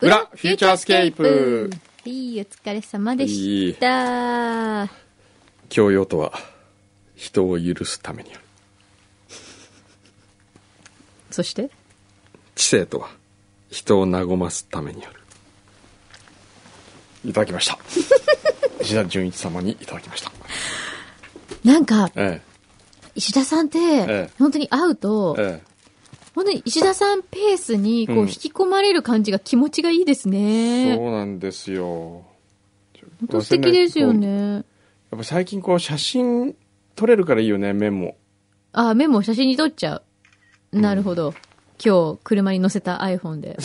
裏フューチャースケープはいお疲れ様でした教養とは人を許すためにあるそして知性とは人を和ますためにあるいただきました 石田純一様にいただきましたなんかえ石田さんって、え本当に会うと、ええ本当に石田さんペースにこううん引き込まれる感じが気持ちがいいですえね、そうなんですよ本当素敵ですよねやっぱ最近こう写真撮れるからいいよねメモあメモ写真に撮っちゃうなるほど、今日、車に乗せた iPhone で。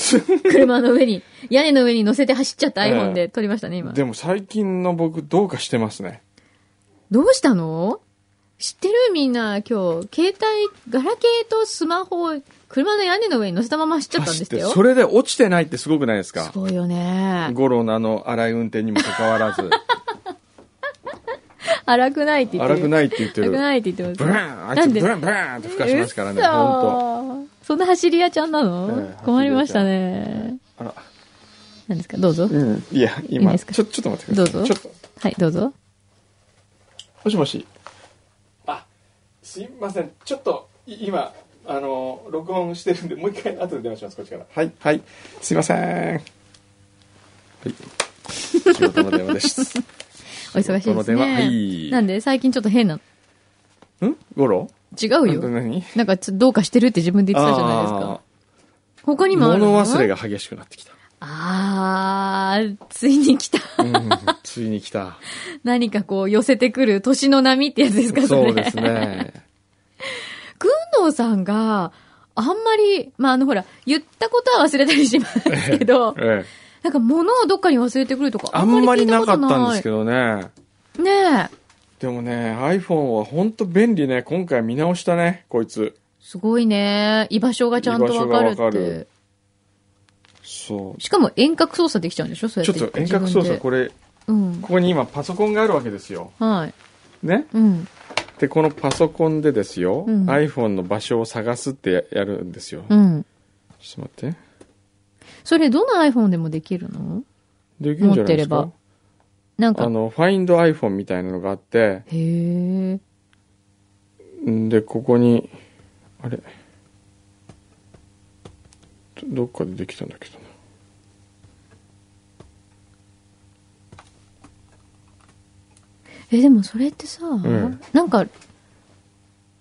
車の上 に、屋根の上に乗せて走っちゃった iPhone えでえ撮りましたね、今。でも最近の僕どうかしてますねどうしたの知ってるみんな、今日、携帯、ガラケーとスマホを車の屋根の上に乗せたまま走っちゃったんですよ。走ってそれで落ちてないってすごくないですかすごいよね。五郎のあの荒い運転にもかかわ らず荒くないって言って荒る。くないって言って荒るくないって言ってブます。ラーンあないんつでブランブラーンって吹かしますからねうっそー本そんな走り屋ちゃんなの、ええ困りましたね。当あら何ですかどうぞ、うんいやいい今ですかちょちょっと待ってくださいどうぞちょっとはい、どうぞ。もしもしあすいませんちょっとい今あの録音してるんでもう一回後で電話しますこっちからはいはいすいませんはい 仕事の電話です お忙しいでこのす電話はね。いなんで最近ちょっと変なのん五郎違うよ。何なんかちょっとどうかしてるって自分で言ってたじゃないですあかー。他にもあるの物忘れが激しくなってきたあー、ついに来た。 うんついに来た何かこう寄せてくる年の波ってやつですかそれ。そうです。ね、くんどうさんが、あんまり、まあ、あのほら、言ったことは忘れたりしますけどええなんか物をどっかに忘れてくるとか、あんまりなかったんですけど。どねねえ。でもね iPhone は本当便利ね今回見直したねこいつすごいね。居場所がちゃんとわかる居場所がわっかるて。そうしかも遠隔操作できちゃうんでしょそうちやょっ。ってと遠隔操作これ。れうんこ。こに今パソコンがあるわけですよはい。ねうん。でこのパソコンでですよ、うん iPhone の場所を探すってややるんですよ、うん。ちょっと待ってそれどの iPhone でもできるのできるんじゃないです持っかてなんあか、の FindIPhone みたいなのがあってへえ。んでここにあれどどっかでできたんだけどなえ、でもそれってさ、んなんか、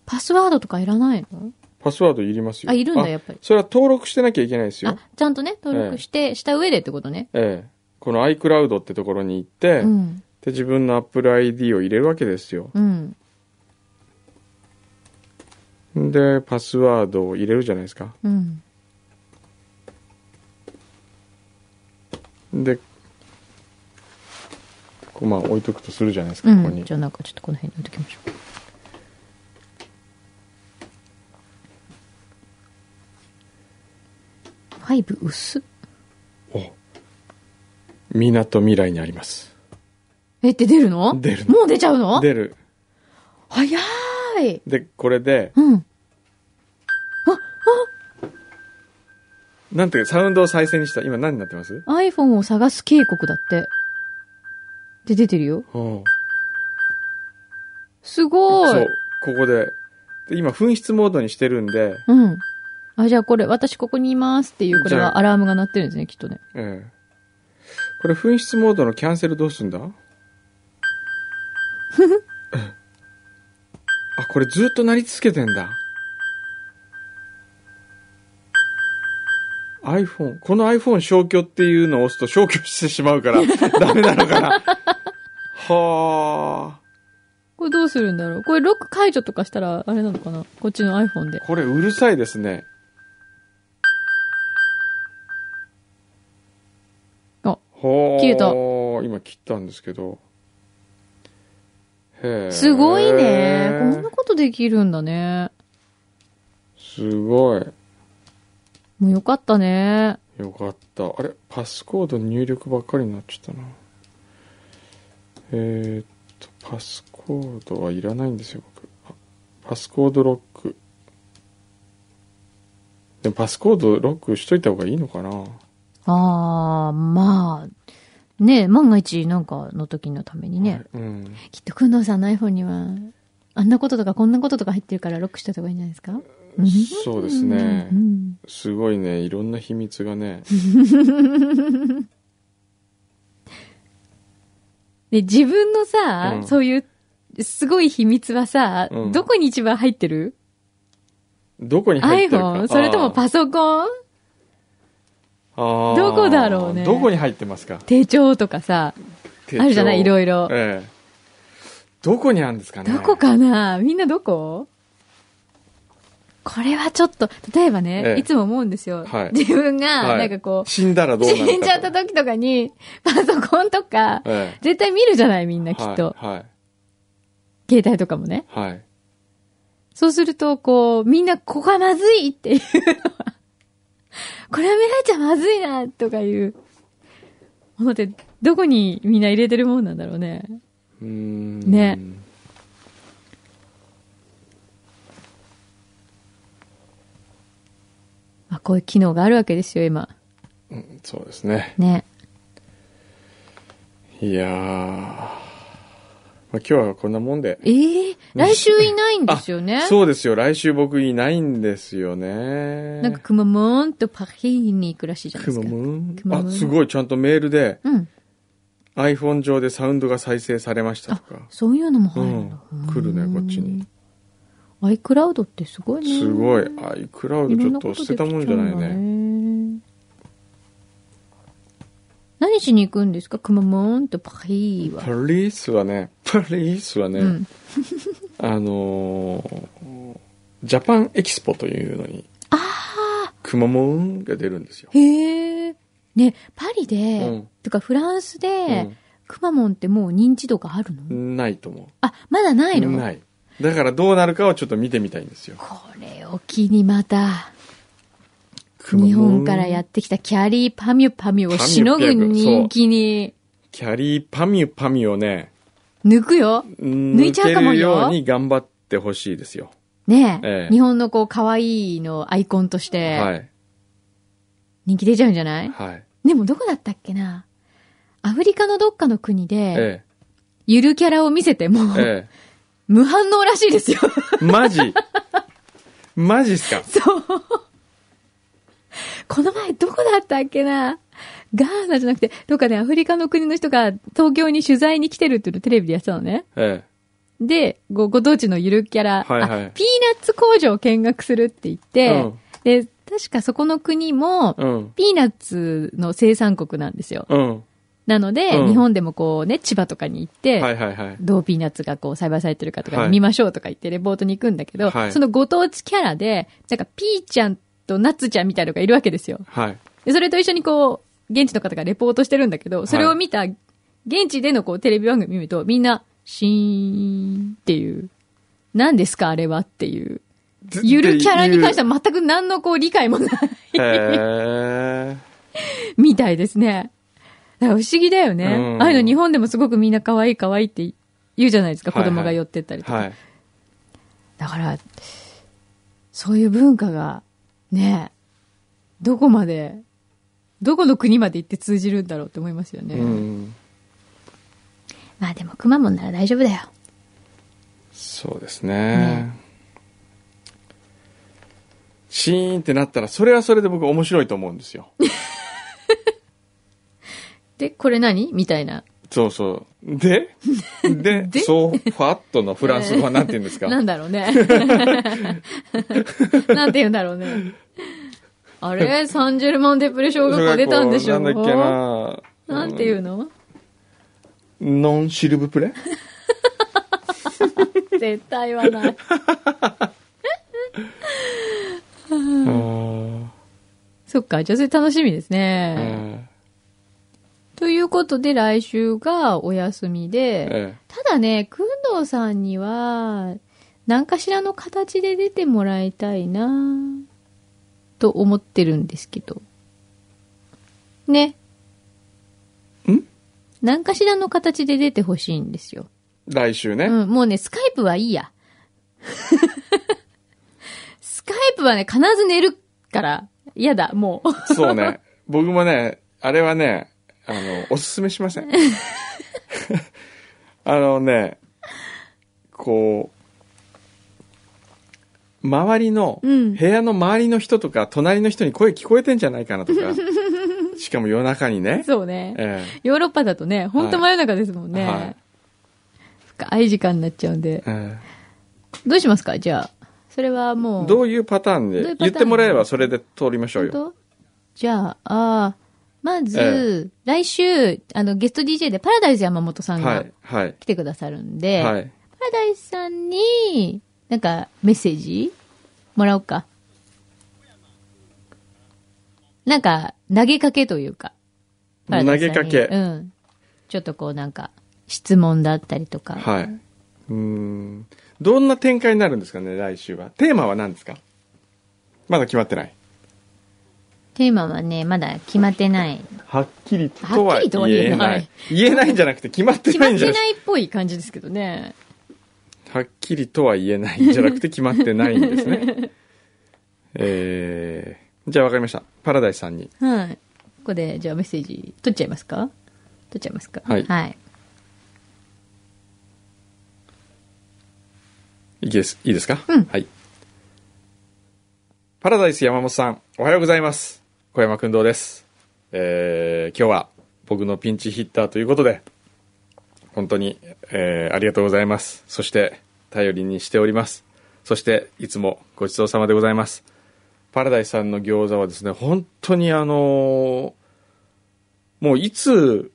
パスワードとかいらないのパスワードいりますよあいるんだやっぱりそれは登録してなきゃいけないですよあ、ちゃんとね、登録して、した上でってことね。ええ、この iCloud ってところに行って、うん。で自分の Apple ID を入れるわけですようん。でパスワードを入れるじゃないですかうん。でこうまあ置いとくとするじゃないですか、うここにん。じゃあなんかちょっとこの辺に置いときましょう。ファイブ薄っ。おみなとみらいにありますえ、って出るの出るもう出ちゃうの出る早い。でこれでうん。なんていうかサウンドを再生にした今何になってます iPhone を探す警告だって。で、出てるよ。おうすごい。そうここでで今紛失モードにしてるんで、うん。あ、じゃあこれ、私ここにいますっていう、これじゃはあアラームが鳴ってるんですね、きっとね。ええ、これ紛失モードのキャンセルどうす んだあこれずっと鳴り続けてんだ iPhone この iPhone 消去っていうのを押すと消去してしまうからダメなのかなはあこれどうするんだろうこれロック解除とかしたら、あれなのかなこっちの iPhone で。これうるさいですね。あほー切れた今切ったんですけど。へーすごいね。こんなことできるんだね。すごい。もうよかったね。よかった。あれパスコード入力ばっかりになっちゃったな。えー、っと、パスコードはいらないんですよ、僕。あパスコードロック。でもパスコードロックしといた方がいいのかなあー、まあ。ねえ万が一なんかの時のためにね。はいうん。きっと、くんどうさんの iPhone には、あんなこととかこんなこととか入ってるからロックしといた方がいいんじゃないですかそうですねう。ん。すごいね、いろんな秘密がね。で、自分のさ、うんそういう、すごい秘密はさ、うんどこに一番入ってるどこに入ってるか ?iPhone? それともスパソコンどどこだろうねどこに入ってますか手帳とかさ、あるじゃないいろいいろ。ええ。どこにあるんですかねどこかなみんなどここれはちょっと、例えばね、ええいつも思うんですよ。はい自分が、はいなんかこう、死んだらどうなるか死んじゃった時とかに、パソコンとか、え絶対見るじゃないみんなえきっと。はい携帯とかもね。はいはいそうすると、こう、みんな、ここがまずいっていうのは これは見られちゃまずいな、とかいう。ものって、どこにみんな入れてるもんなんだろうね。うーんねまあ、こういう機能があるわけですよ、今。うんそうですねね。いやー、まあ、今日はこんなもんでええ来週いないんですよね。そうですよ来週僕いないんですよねなんか、くまモンとパリに行くらしいじゃないでくすまか。モンくまモンあすごいちゃんとメールでうん。 iPhone 上でサウンドが再生されましたとかそういうのもう入るんんだ。来るねこっちに iCloud ってすごいね。すごいろんな iCloud ちょっことでき捨ちゃてたもんじゃないうんだねね。何しに行くんですかくまモンとパリは。パリースはねパリースはね、うん。あのージャパンエキスポというのに、くまモンが出るんですよ。へえ。ね、パリで、うんとかフランスで、くまモンってもう認知度があるの、うんないと思あ、まだなう。いのない。だからどうなるかをちょっと見てみたいんですよ。これを機にまた、くまモン日本からやってきたキャリーパミュパミュをしのぐパミュパミュそう人気に、キャリーパミュパミュをね、抜くよ。抜いちゃうかもよけるように頑張ってほしいですよ。ねええ日本のこう、可愛いのアイコンとしはて、い。人気出ちゃうんじゃない、はい。でもどこだったっけなアフリカのどっかの国で、えゆるキャラを見せても、え。え無反応らしいですよ。 え。マジマジっすかそう。この前どこだったっけなガーナじゃなくて、どっかでアフリカの国の人が東京に取材に来てるっていうのをテレビでやってたのね。えで、ご、ご当地のゆるキャラ、はいはいあピーナッツ工場を見学するって言って、え。で、確かそこの国も、うん。うん。ピーナッツの生産国なんですよ。うん。なので、うん日本でもこうね、千葉とかに行って、はいはいはい。どうピーナッツがこう栽培されてるかとかはい見ましょうとか言ってレポートに行くんだけど、はいそのご当地キャラで、なんかピーちゃんとナッツちゃんみたいなのがいるわけですよ。はい。で、それと一緒にこう、現地の方がレポートしてるんだけど、それを見た、現地でのこうテレビ番組見ると、みんな、シーンっていう、何ですかあれはっていう。ゆるキャラに関しても。は全く何のこう理解もない へえ。みたいですね。だから不思議だよね。うんああいうの日本でもすごくみんな可愛い可愛いって言うじゃないですか。はい子はい供が寄ってったりとか。はい。だから、そういう文化が、ね、どこまで、どこの国まで行って通じるんだろうって思いますよね。うん。まあでも、くまモンなら大丈夫だよ。そうですね。シーンってなったら、それはそれで僕面白いと思うんで すよ。で、これ何みたいな。そうそ う。で、で、でソーファットのフランス語は何て言うんですかなんだろう ね。なんて言うんだろうね。あれサンジェルマンデプレ小学校出たんでしょなんだっけななんて言うのノンシルブプレ絶対は ない。うんそっか、じゃあそれ楽しみですうね。んということで、来週がお休みで、ええただね、くんどうさんには、何かしらの形で出てもらいたいなと思ってるんですけど。ね。ん何かしらの形で出てほしいんですよ。来週ね。うん、もうね、スカイプはいいや。 スカイプはね、必ず寝るから、嫌だ、もう。そうね。 僕もね、あれはね、あの、おすすめしま せん。あのね、こう、周り の、うん部屋の周りの人とか、隣の人に声聞こえてんじゃないか なとか、しかも夜中にね。そうね。えヨーロッパだとね、ほんと真夜中ですもんね。はい深い時間になっちゃうんでえ。えどうしますかじゃあ。それはもえう。どうういうパターンどういでうパターン言ってもらえればそれで通りましょうよ。とじゃあ、あーまず、来週、あの、ゲスト DJ でパラダイス山本さんはがい、はい、来てくださるんで、はい。パラダイスさんに、なんか、メッセージもらおうか。なんか、投げかけというか。パラダイスさんに投げかけうん。ちょっとこう、なんか、質問だったりとか。はい。うーん。どんな展開になるんですかね、来週は。テーマは何ですかまだ決まってない。テーマはね、まだ決まって ない。はっきりとははっきりとは言言ええなないい。言えないんじゃなくて決まって決なまっいんじゃてなくないっぽい感じですけどね。てはっきりとは言えないんじゃなくて決まってないんですね。えー、じゃあわかりました。パラダイスさんに。はい。ここで、じゃあメッセージ、取っちゃいますか取っちゃいますかはいはい。いいです、いいですか、うんはい。パラダイス山本さん、おはようございます。小山君堂です。えー、今日は僕のピンチヒッターということで、本当に、えーありがとうございます。そして、頼りにしております。そして、いつもごちそうさまでございます。パラダイスさんの餃子はですね、本当にあのーもういつ、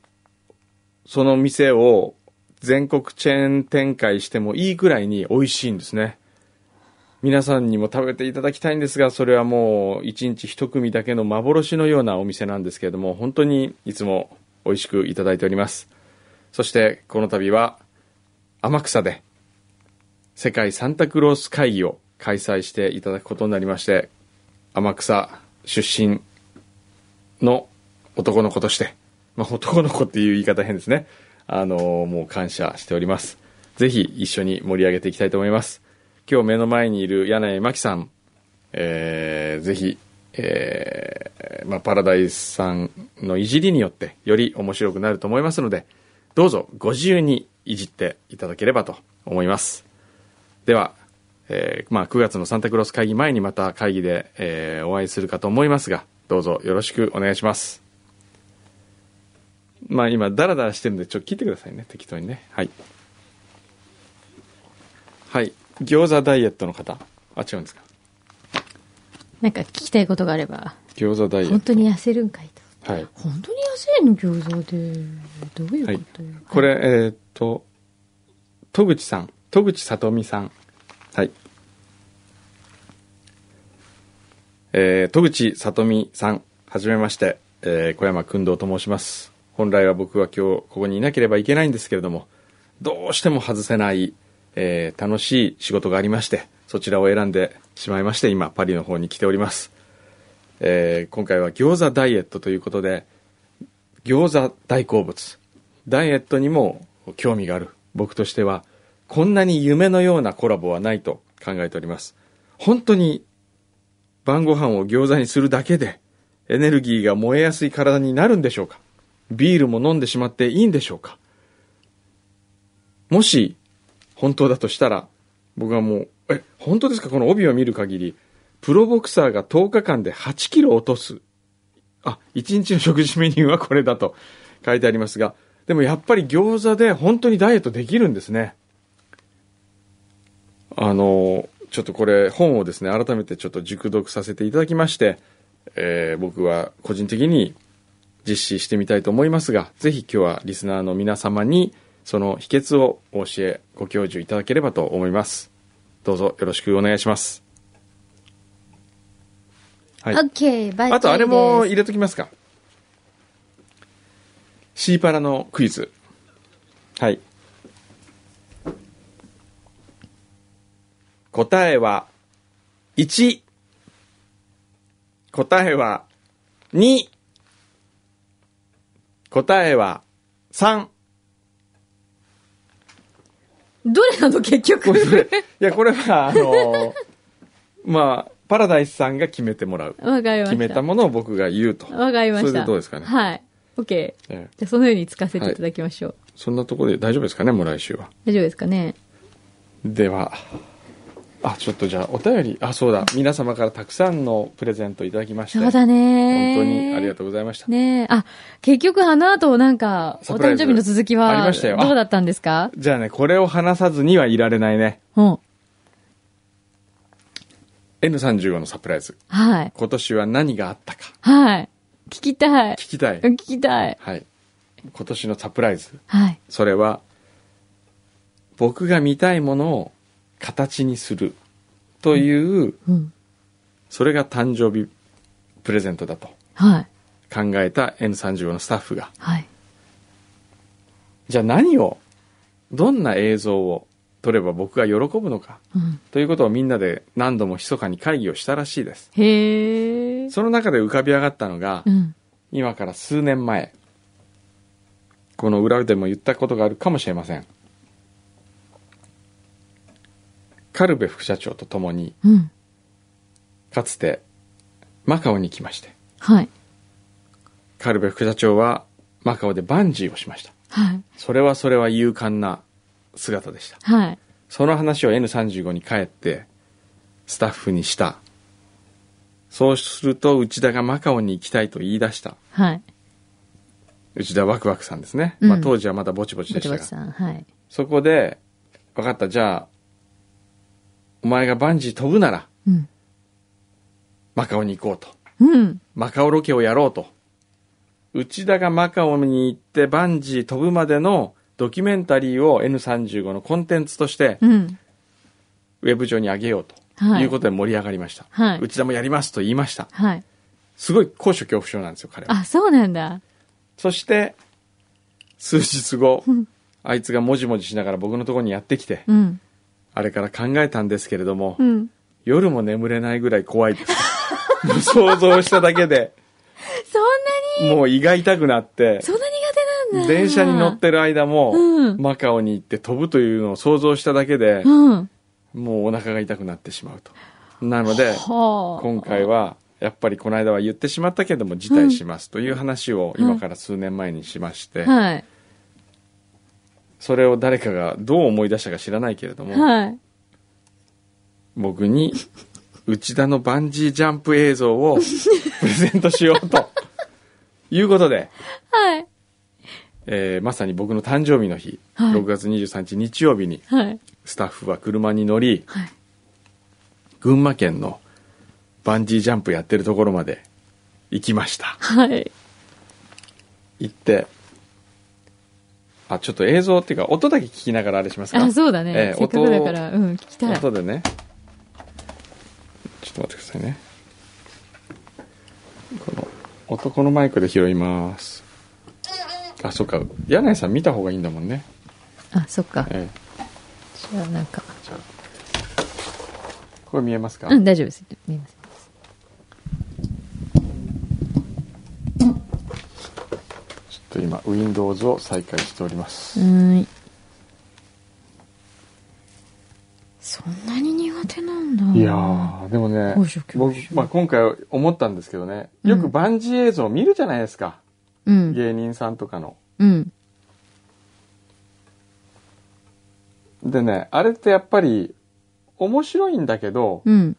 その店を全国チェーン展開してもいいくらいに美味しいんですね。皆さんにも食べていただきたいんですが、それはもう一日一組だけの幻のようなお店なんですけれども、本当にいつも美味しくいただいております。そしてこの度は天草で世界サンタクロース会議を開催していただくことになりまして、天草出身の男の子として、まあ、男の子っていう言い方変ですね。あのーもう感謝しております。ぜひ一緒に盛り上げていきたいと思います。今日目の前にいる柳井真紀さん、えー、ぜひ、えー、まあ、パラダイスさんのいじりによってより面白くなると思いますので、どうぞご自由にいじっていただければと思います。では、えーまあ、9月のサンタクロース会議前にまた会議で、えーお会いするかと思いますが、どうぞよろしくお願いします。まあ今、ダラダラしてるんで、ちょっと聞いてくださいね、適当にね。はい。はい。餃子ダイエットの方。あ、違うんですか。なんか聞きたいことがあれば、餃子ダイエッ本ト。当に痩せるんかいと。はい。本当に痩せるの餃子で。どういうはこいと、。これ、えーっと、戸口さん。戸口さとみさん。はい。えー、戸口さとみさん。はじめまして。えー小山君堂と申します。本来は僕は今日ここにいなければいけないんですけれども、どうしても外せない、えー楽しい仕事がありまして、そちらを選んでしまいまして、今、パリの方に来ております。えー今回は餃子ダイエットということで、餃子大好物ダイエットにも興味がある僕としてはこんなに夢のようなコラボはないと考えております本当に晩ご飯を餃子にするだけでエネルギーが燃えやすい体になるんでしょうかビールも飲んでしまっていいんでしょうかもし本当だとしたら僕はもうえ本当ですかこの帯を見る限りプロボクサーが10日間で8キロ落とすあ、一日の食事メニューはこれだと書いてありますが、でもやっぱり餃子で本当にダイエットできるんですね。あの、ちょっとこれ本をですね、改めてちょっと熟読させていただきまして、えー僕は個人的に実施してみたいと思いますが、ぜひ今日はリスナーの皆様にその秘訣をお教え、ご教授いただければと思います。どうぞよろしくお願いします。はいオッケー、バイバイ。あとあれも入れときますか。シーパラのクイズ。はい。答えは1。答えは2。答えは3。 どれなの結局これそれいや、これは、あの、まあ、パラダイスさんが決めてもらう。わかりました。決めたものを僕が言うと。わかりました。それでどうですかねはい。OK。ええじゃあそのように使わせていただきましょう。そんなところで大丈夫ですかね、もう来週は。大丈夫ですかねではあちょっとじゃあお便りあそうだ皆様からたくさんのプレゼントいただきましてそうだね本当にありがとうございました、ねえ、あ、結局あの後なんか、おサプラ誕イズ生日の続きありは、ましたよどうだったんですかじゃあねこれを話さずにはいられないねうん。 N35 のサプライズはい。今年は何があったかはい。聞きたい。聞きたい、聞きたい。はい今年のサプライズはい。それは僕が見たいものを形にするという、うん。それが誕生日プレゼントだとはい。考えた N35 のスタッフがはい。じゃあ何をどんな映像を撮れば僕が喜ぶのかうん。ということをみんなで何度も密かに会議をしたらしいですへえ。その中で浮かび上がったのが、うん。今から数年前この裏でも言ったことがあるかもしれませんカルベ副社長と共にうん。かつてマカオに来ましてはい。カルベ副社長はマカオでバンジーをしましたはい。それはそれは勇敢な姿でしたはい。その話を N35 に帰ってスタッフにした。そうすると内田がマカオに行きたいと言い出した。はい。内田ワクワクさんですね。うんまあ当時はまだぼちぼちぼでしちたぼがち。さん。はい。そこで、分かった、じゃあ、お前がバンジー飛ぶならうん。マカオに行こうと。うん。マカオロケをやろうと。内田がマカオに行ってバンジー飛ぶまでのドキュメンタリーを N35 のコンテンツとしてうん。ウェブ上に上げようとはいいうことで盛り上がりました。はい内田もやりますと言いました。はい。すごい高所恐怖症なんですよ、彼は。あ、そうなんだ。そして、数日後うん、あいつがもじもじしながら僕のところにやってきて、うん。あれから考えたんですけれども、うん。夜も眠れないぐらい怖いです。もう想像しただけで、そんなに、もう胃が痛くなって、そんな苦手なんだ。電車に乗っ。てる間も、うんマカオに行って飛ぶというのを想像しただけで、うん。もうお腹が痛くなってしまうと。なので、はあ。今回はやっぱりこの間は言ってしまったけれども辞退しますという話を今から数年前にしまして、はい。それを誰かがどう思い出したか知らないけれども、はい。僕に内田のバンジージャンプ映像を プレゼントしようということで、はい。えーまさに僕の誕生日の日、はい6月23日日曜日にはい。スタッフは車に乗りはい。群馬県のバンジージャンプやってるところまで行きました。はい。行ってあちょっと映像っていうか音だけ聞きながらあれしますかあ、そうだね。ええせっかくだから、うん、聞きたい。音でねちょっと待ってくださいねこの音このマイクで拾いますあそうか柳井さん見た方がいいんだもんね、あ、そっか。えじゃあ、なんか。えじゃあこれ見えますか、うん、大丈夫です。見えます。ちょっと今 Windows を再開しておりまうす、ーん。そんなに苦手なんだ。いやーでもね高所恐怖僕症、まあ、今回思ったんですけどねよくバンジー映像見るじゃないですか、うん。芸人さんとかの。うん。でね、あれってやっぱり面白いんだけど、うん。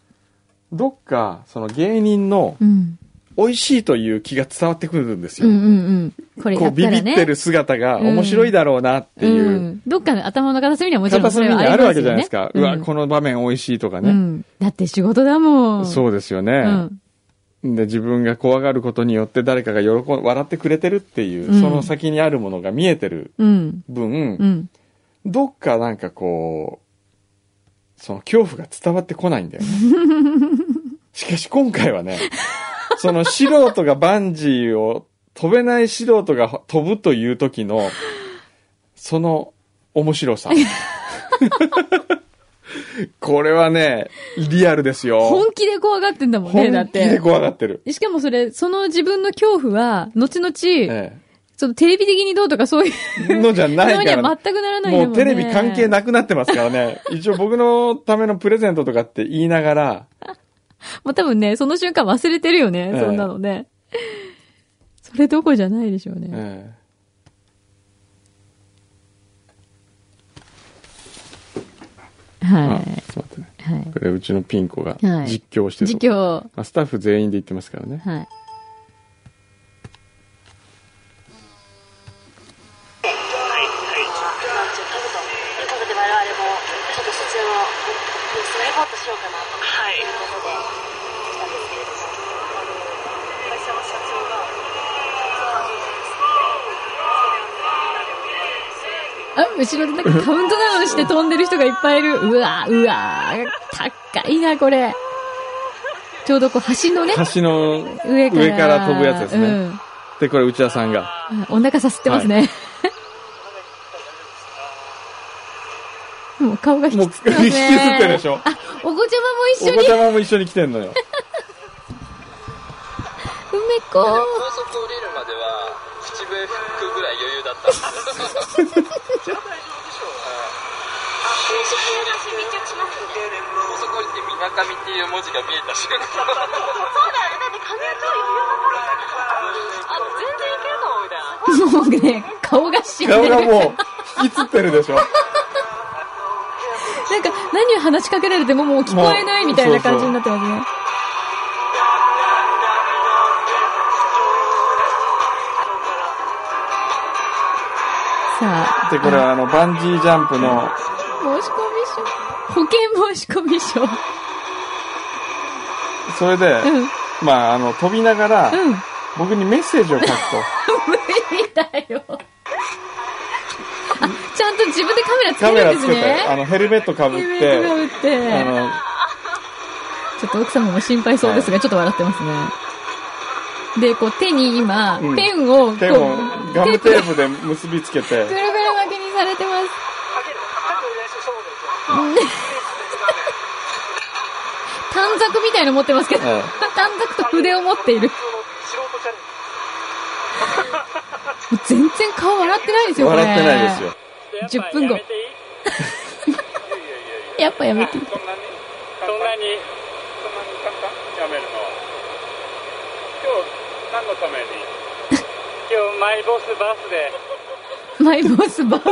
どっかその芸人のうん。美味しいという気が伝わってくるんですうよ。んうんうん。これこやうっビたビらっね。てる姿が面白いだろうなっていうう、ん。どっかの頭の片隅にはもちろ片んそ隅れにはあるわけじゃないりでますすよか。ねうわ、この場面美味しいとかうね。ん。だって仕事だもん。そうですよね。うん。で自分が怖がることによって誰かが喜ん笑ってくれてるっていう、うんその先にあるものが見えてるうん。分、うん。どっかなんかこうその恐怖が伝わってこない んだよねしかし今回はねその素人がバンジーを飛べない素人が飛ぶという時のその面白 さこれはねリアルですよ本気で怖がってんだもんね、だ本っ気でて。怖がってるしかもそれ、その自分の恐怖は、後々、ええそのテレビ的にどうとかそういうのじゃないのにから、は全くならないんだんもうねテレビ関係なくなってますからね。一応僕のためのプレゼントとかって言いながら、もう多分ね、その瞬間忘れてるよね、ええそんなのね。それどころじゃないでしょうね。ええはあい。ちょっと待ってね。はい。これうちのピン子がはい実況してる、実況、まあスタッフ全員で言ってますからね。はい。ちょっと食べたの食べて我々もちょっとそちらの様子のレポートしようかなということで来たんですけれども、会社の社長があ、後ろでなんかカウントダウンして飛んでる人がいっぱいいる。うわうわ高いな、これ。ちょうどこう、橋のね、橋の上から。上から飛ぶやつですねうんで、これ内田さんが。あお腹さすってますね。 もう顔が引きもう、引つきってますずね。ってるでしょ。あ、お子ちゃおまも一緒子にち。ゃまも一緒に来てんのよ。梅子。高速降りるまでは口笛吹くぐらい余裕だったんですよじゃあ大丈夫でしょう高速降りて水上っていう文字が見えた瞬間もうね、顔が死んで顔る。がもう、引きつってるでしょ。なんか、何を話しかけられてももう聞こえないみたいな感じになってますね。さあ、で、これはあの、バンジージャンプの、申し込み書。保険申し込み書。それで、うん、まあ、あの、飛びながら、うん。僕にメッセージを書くと。無理だ よ。あ、ちゃんと自分でカメラつカけメるんラでつすけて、あね。の、ヘルメットかぶっヘルメットて、かぶって。あの、ちょっと奥様も心配そうですが、ちょっと笑ってますね。で、こう手に今、うんペンを、こう、手をガムテテーープで結びつけプて、でぐるぐる巻きにされてます。短冊みたいの持ってますけど、ええ短冊と筆を持っている。もう全然顔笑ってないですよ、これ。笑ってないですよ。。 10分後。やっぱやめていい。そんなにそんなにそんなに簡単やめるのは今日何のために今日マイボスバ マイボスバーースでス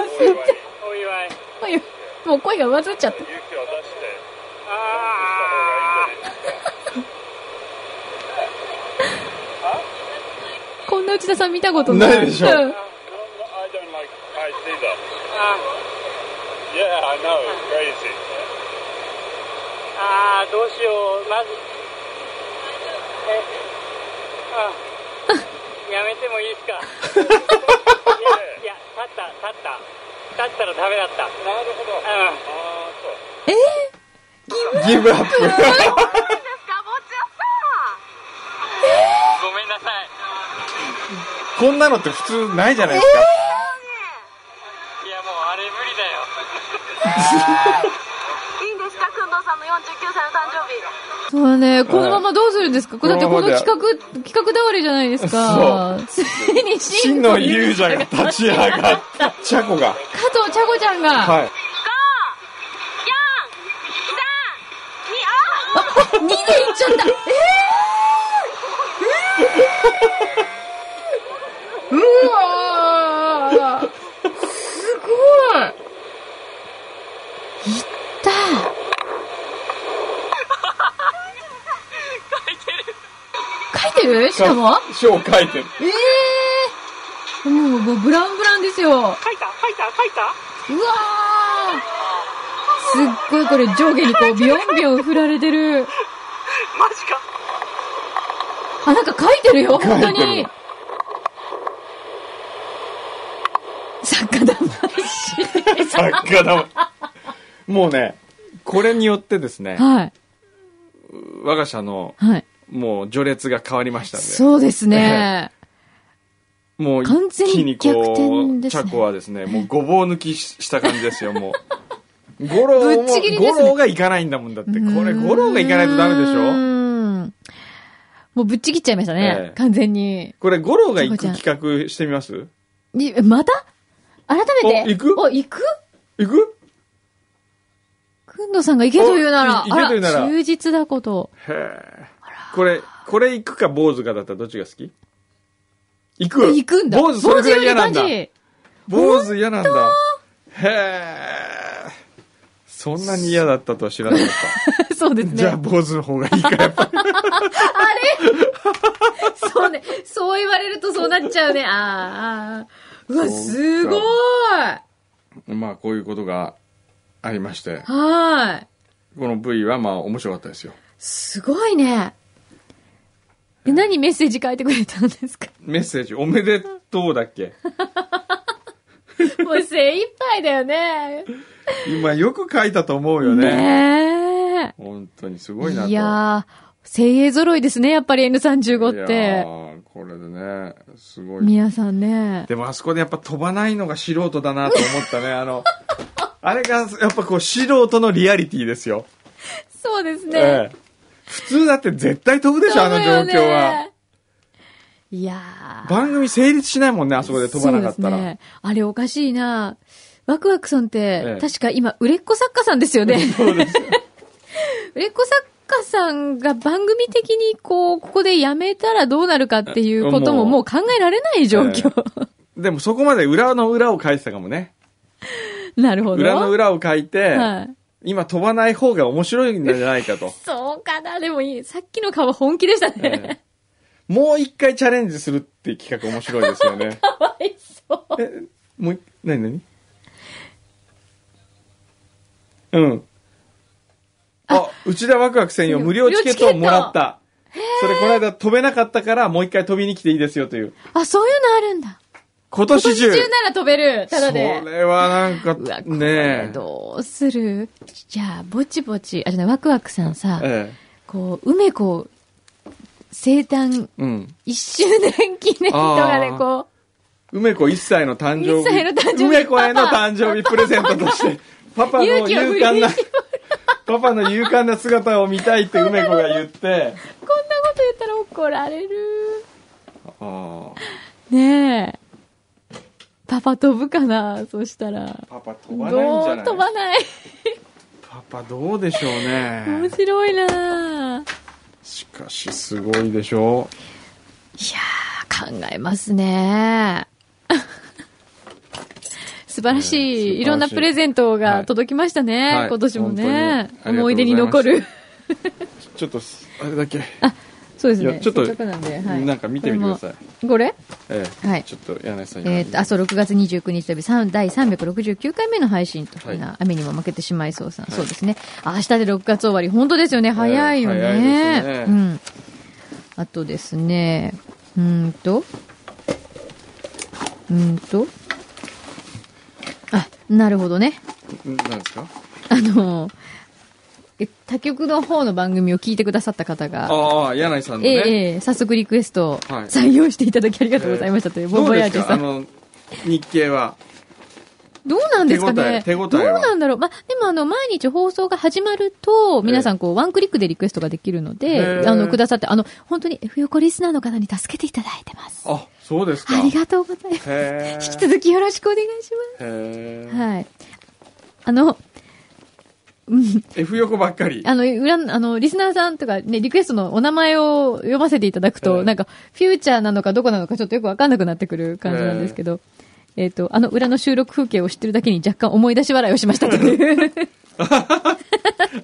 お祝いお祝いもう声が上ずっちゃって。勇気を出してああこんな内田さん見たことない。ないでしょうん I don't like I see that Yeah I know it's crazy ああどうしようまずえあやめてもいい ですかいや、立った、立った。立ったらダメだった。なるほど。うん。ギブアップ。ごめんなさい こんなのって普通ないじゃないですか。いやもうあれ無理だよそうね、このままどうするんですか、いだってこのこのままで企画、企画倒れじゃないですか。ついに真真のの勇勇者者がが加立ち上がった。チャコが。藤茶子ちゃんが、はい。 2でいっちゃった。えー、えー、うわーすごいいった書いてる書いてるしかも書を書いてる。ええー、もう、もうブランブランですよ。書いた書いた書いたうわーすっごいこれ上下にこうビヨンビヨン振られてる。マジか。あ、なんか書いてるよ、本当書いてにる。作家魂。作家だもうねこれによってですねはい。我が社のはい。もう序列が変わりましたんでそうですね。もう完全一に気に逆こ転う、でチすねャコはですねもうごぼう抜きしした感じですよもう五郎もぶっちぎりですね五郎がいかないんだもんだってこれ五郎がいかないとダメでしうょーんもうぶっちぎっちゃいましたね。ええ完全に。これ五郎が行チャコちくゃん企画してみますにまた改めおて。行くお、行く行くくんどさんが行けというなら。おい行けと言うならあ忠実だこと。へえこれこれ行くか坊主かだったらどっちが好き行く行くんだ。坊主それぐらい嫌なんだ坊主より坊主嫌なんだへえそんなに嫌だったとは知らなかっ感 じそうですたじゃあ ね。坊主の方がいいかやっぱりそうね。そう言われるとそうなっちゃうね。あーあー。うわ、そうかすごい。 まあこういうことがありまして はい。この V はまあ面白かったですよ。すごいね。で、何メッセージ書いてくれたんです かメッセージ、おめでとうだっけ もう精一杯だよね。今よく書いたと思うよね。ねえ。本当にすごいなと。いやー、精鋭揃いですね、やっぱり N35 っいやて。ーこれでね、すごい。皆さんね。でもあそこでやっぱ飛ばないのが素人だなと思ったね。あの、あれがやっぱこう素人のリアリティですよ。そうですね。ええ普通だって絶対飛ぶでしょ、あの状況は。。いやー。番組成立しないもんね、あそこで飛ばなかったら。そうですね。あれおかしいなワクワクさんって、え確か今、売れっ子作家さんですよね。そうです 売れっ子作家さんが番組的にこう、ここでやめたらどうなるかっていうこともえもう考えられない状況。でもそこまで裏の裏を書いてたかもね。 なるほど。裏の裏を書いて、はい。今飛ばない方が面白いんじゃないかと。そうかな。でもいい。さっきの顔本気でしたね。もう一回チャレンジするって企画面白いですよね。かわいそう。え、もう一、なになにうん。あ、内田ワクワク専用無料チケットをもらった。それこの間飛べなかったからもう一回飛びに来ていいですよという。あ、そういうのあるんだ。今年中。今なら飛べる。ただで。それはなんかうわ、これねどうするじゃあ、ぼちぼち、あ、じゃあねワクワクさんさえ。、えこう、梅子、生誕え。うん。 1周年記念とかであーこ梅子1歳の誕生一日。歳の誕生日梅子への誕生日プレゼントとして、パパの勇勇気を振り敢な、パパの勇敢な姿を見たいって梅子が言って、う、こんなこと言ったら怒られる。ああ、ねえ。パパ飛ぶかなそしたら。パパ飛どばないんじゃなうい飛ばない。パパどうでしょう面ね。白いなあしかしすごいでしょいやー考えますね。 素晴らしねえ素晴らしい、いいろんなプレゼントが届きましたね。はい今年もはいね本。当に思い出に残ありがる。う。ちょっと、あれだけ、そうですいやね。ちょっとせっかくなんで、はい、なんか見てみてくださいこ。れもこれええ、はいちょっと柳井さんにえっ、と、あ、そう、6月29日土曜日、三第369回目の配信と、はいな雨にも負けてしまいそうさん、そうですね。あ明日で6月終わり、本当ですよね。早いよね。早いですねうん。あとですね、うーんと、うーんと、あ、なるほどね。ん何ですかあの、え他局の方の番組を聞いてくださった方が、ああ、柳井さんのええね。ええ早速リクエストをはい採用していただきありがとうございましたという、ボンどボうヤージですュかさあん。の、日経は。どうなんですかね手応え手ど応うえはなんだろう。まあ、でもあの、毎日放送が始まると、皆さんこう、ワンクリックでリクエストができるのへで、ーあの、くださって、あの、本当に F 横リスナーの方に助けていただいてます。あ、そうですか。ありがとうございます。へえ。引き続きよろしくお願いしへます。え。はい。あの、 F 横ばっかり。あの、裏の、あの、リスナーさんとかね、リクエストのお名前を読ませていただくと、ええなんか、フューチャーなのかどこなのかちょっとよくわかんなくなってくる感じなんですけど、えっ、と、あの裏の収録風景を知ってるだけに若干思い出し笑いをしましたと いう。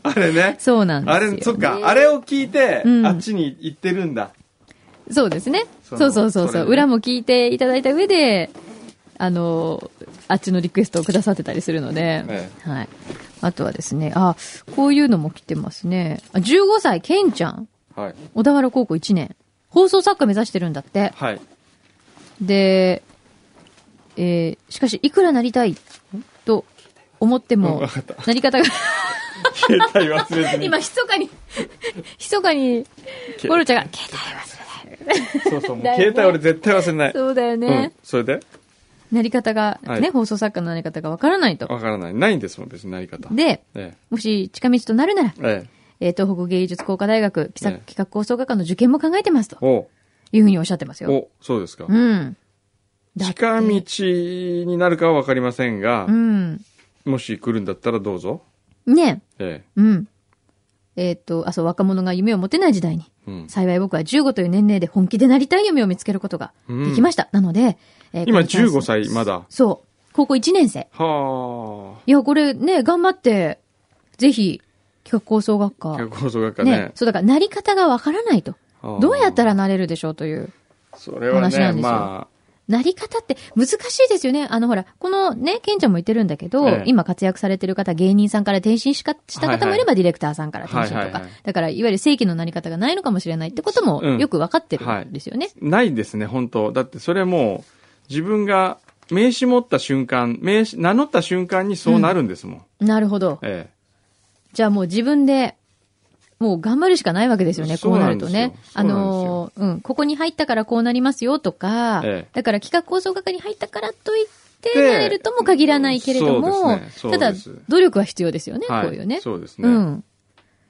あれね。そうなんですあよ、れ、そっか、あれを聞いて、うんあっちに行ってるんだ。そうですね。そそのうそうそうそそれう。でね裏も聞いていただいた上で、あの、あっちのリクエストをくださってたりするので、えはい。あとはですね、あ、こういうのも来てますね。あ15歳、ケンちゃん。はい。小田原高校1年。放送作家目指してるんだって。 はい。で、えーしかし、いくらなりたいと思ってうんもわかった、なり方が、 携帯忘れずに。今、密かに、 密かに、ボルちゃんが、携そうそう、もう携帯俺絶対忘れない。帯、そうだようんね。。それでなり方が、はいね、放送作家のなり方がわからないと。わからない。ないんですもん、別になり方。で、えもし近道となるなら、え。ええ。えー東北芸術工科大学企ね画企画構想学科の受験も考えてますとおいうふうにおっしゃってますよ。お、そうですかう。ん。だって近道になるかはわかりませんがう、ん。もし来るんだったらどうぞ。ねえ。えうん。えっ、と、あ、そう、若者が夢を持てない時代に、え。うん。幸い僕は15という年齢で本気でなりたい夢を見つけることができました。なので、えー今このチャンス15歳まだそう。高校1年生。はいや、これね、頑張って、ぜひ、企画構想学あ。科。脚本創学科ねね。そう、だから、なり方がわからないと。はあどうやったらなれるでしょうという。それは話なね、んですよまなり方って難しいですよね。あの、ほら、このね、ケンちゃんも言ってるんだけど、ええ今活躍されてる方、芸人さんから転身しかした方もいれば、はいはディレクターさんから転身とか、はいはいはいだから、いわゆる正規のなり方がないのかもしれないってことも、うんよくわかってるんですよね。あ、ないですね、本当だってそれもう、自分が名刺持った瞬間、名刺、名乗った瞬間にそうなるんですもん。なるほど。ええ。じゃあもう自分で、もう頑張るしかないわけですよね、そこううななるんですとよね。そあうなんですよのー、うん、ここに入ったからこうなりますよとか、ええだから企画構想学に入ったからといって、でなれるとも限らないけれどそうも、ですねただそうです、努力は必要ですよね、はこういうね。そうですうね。ん。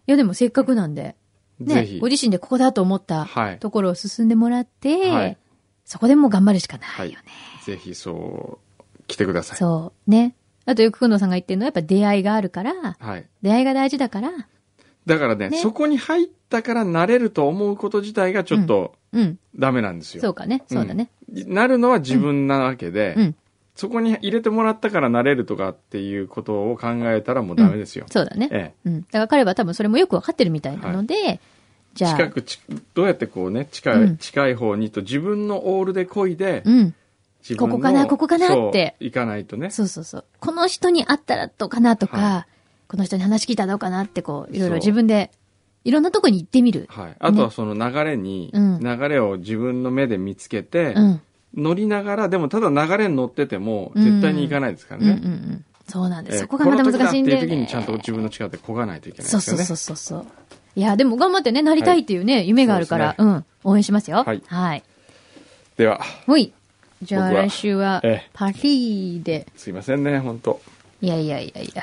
いや、でもせっかくなんで、ぜね、ひご。自身でここだと思ったはいところを進んでもらって、はいそこでもう頑張るしかないよね。ぜひそう、来てください。そう。ね。あとよくくんのさんが言ってるのはやっぱ出会いがあるから、はい。出会いが大事だから、だからねねそこに入ったからなれると思うこと自体がちょっとうん。ダメなんですよ。そうかね。そうだね。うんなるのは自分なわけで、うん。そこに入れてもらったからなれるとかっていうことを考えたらもうダメですよ。そうだね。えうん。だから彼は多分それもよくわかってるみたいなので、じゃあ、近くちどうやってこうね近い,、うん近い方にと自分のオールで漕いで、うん。自分のここかなここかなってそう行かないとねそうそうそう。この人に会ったらどうかなとか、はこの人に話聞いたらどうかなってこう、いろいそろう自分で、いろんなとこに行ってみる。はい、あとはその流れに、うん流れを自分の目で見つけて、うん。乗りながらでもただ流れに乗ってても絶対に行かないですからうんうんうね、ん。そうなんでえす。ーそこがまた難しいんだよこの時だっていう時ねにちゃんと自分の力で漕がないといけないですそようねそうそうそうそう。いや、でも頑張ってね、なりたいっていうね、夢があるから、そううん。応援しますよ。はいはい。ではほい。じゃあ僕は来週はええ、パリーで、すいませんね本当いやいやいやいや。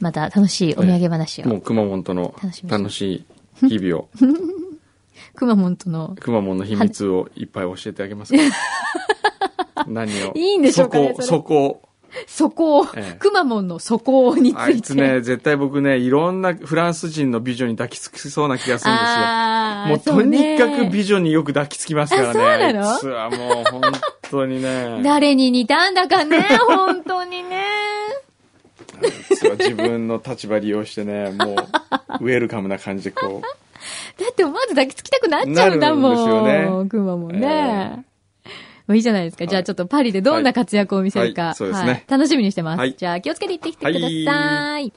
また楽しいお土産話もを。う熊本の楽しみ楽しい日 々をくまモンとの。熊本の秘密をいっぱい教えてあげますから何を いいんでしょうかねそこそれそこそこをええ、くまモンのそこにつあいいつて。ね、絶対僕ね、いろんなフランス人の美女に抱きつきそうな気がするんですよ。あーもうそとねにかく美女によく抱きつきますからね。あそうなのあいつはもう本当に ね。誰に似たんだか ね、本当にね。あいつは自分の立場利用してね、もう、ウェルカムな感じでこう。だって思わず抱きつきたくなっちゃうんだなるんですよもん。ねくまモンえね。もういいじゃないですか。じゃあちょっとパリでどんな活躍を見せるはいはかい。そうですねはい楽しみにしてまはすい。じゃあ気をつけて行ってきてくださ。はい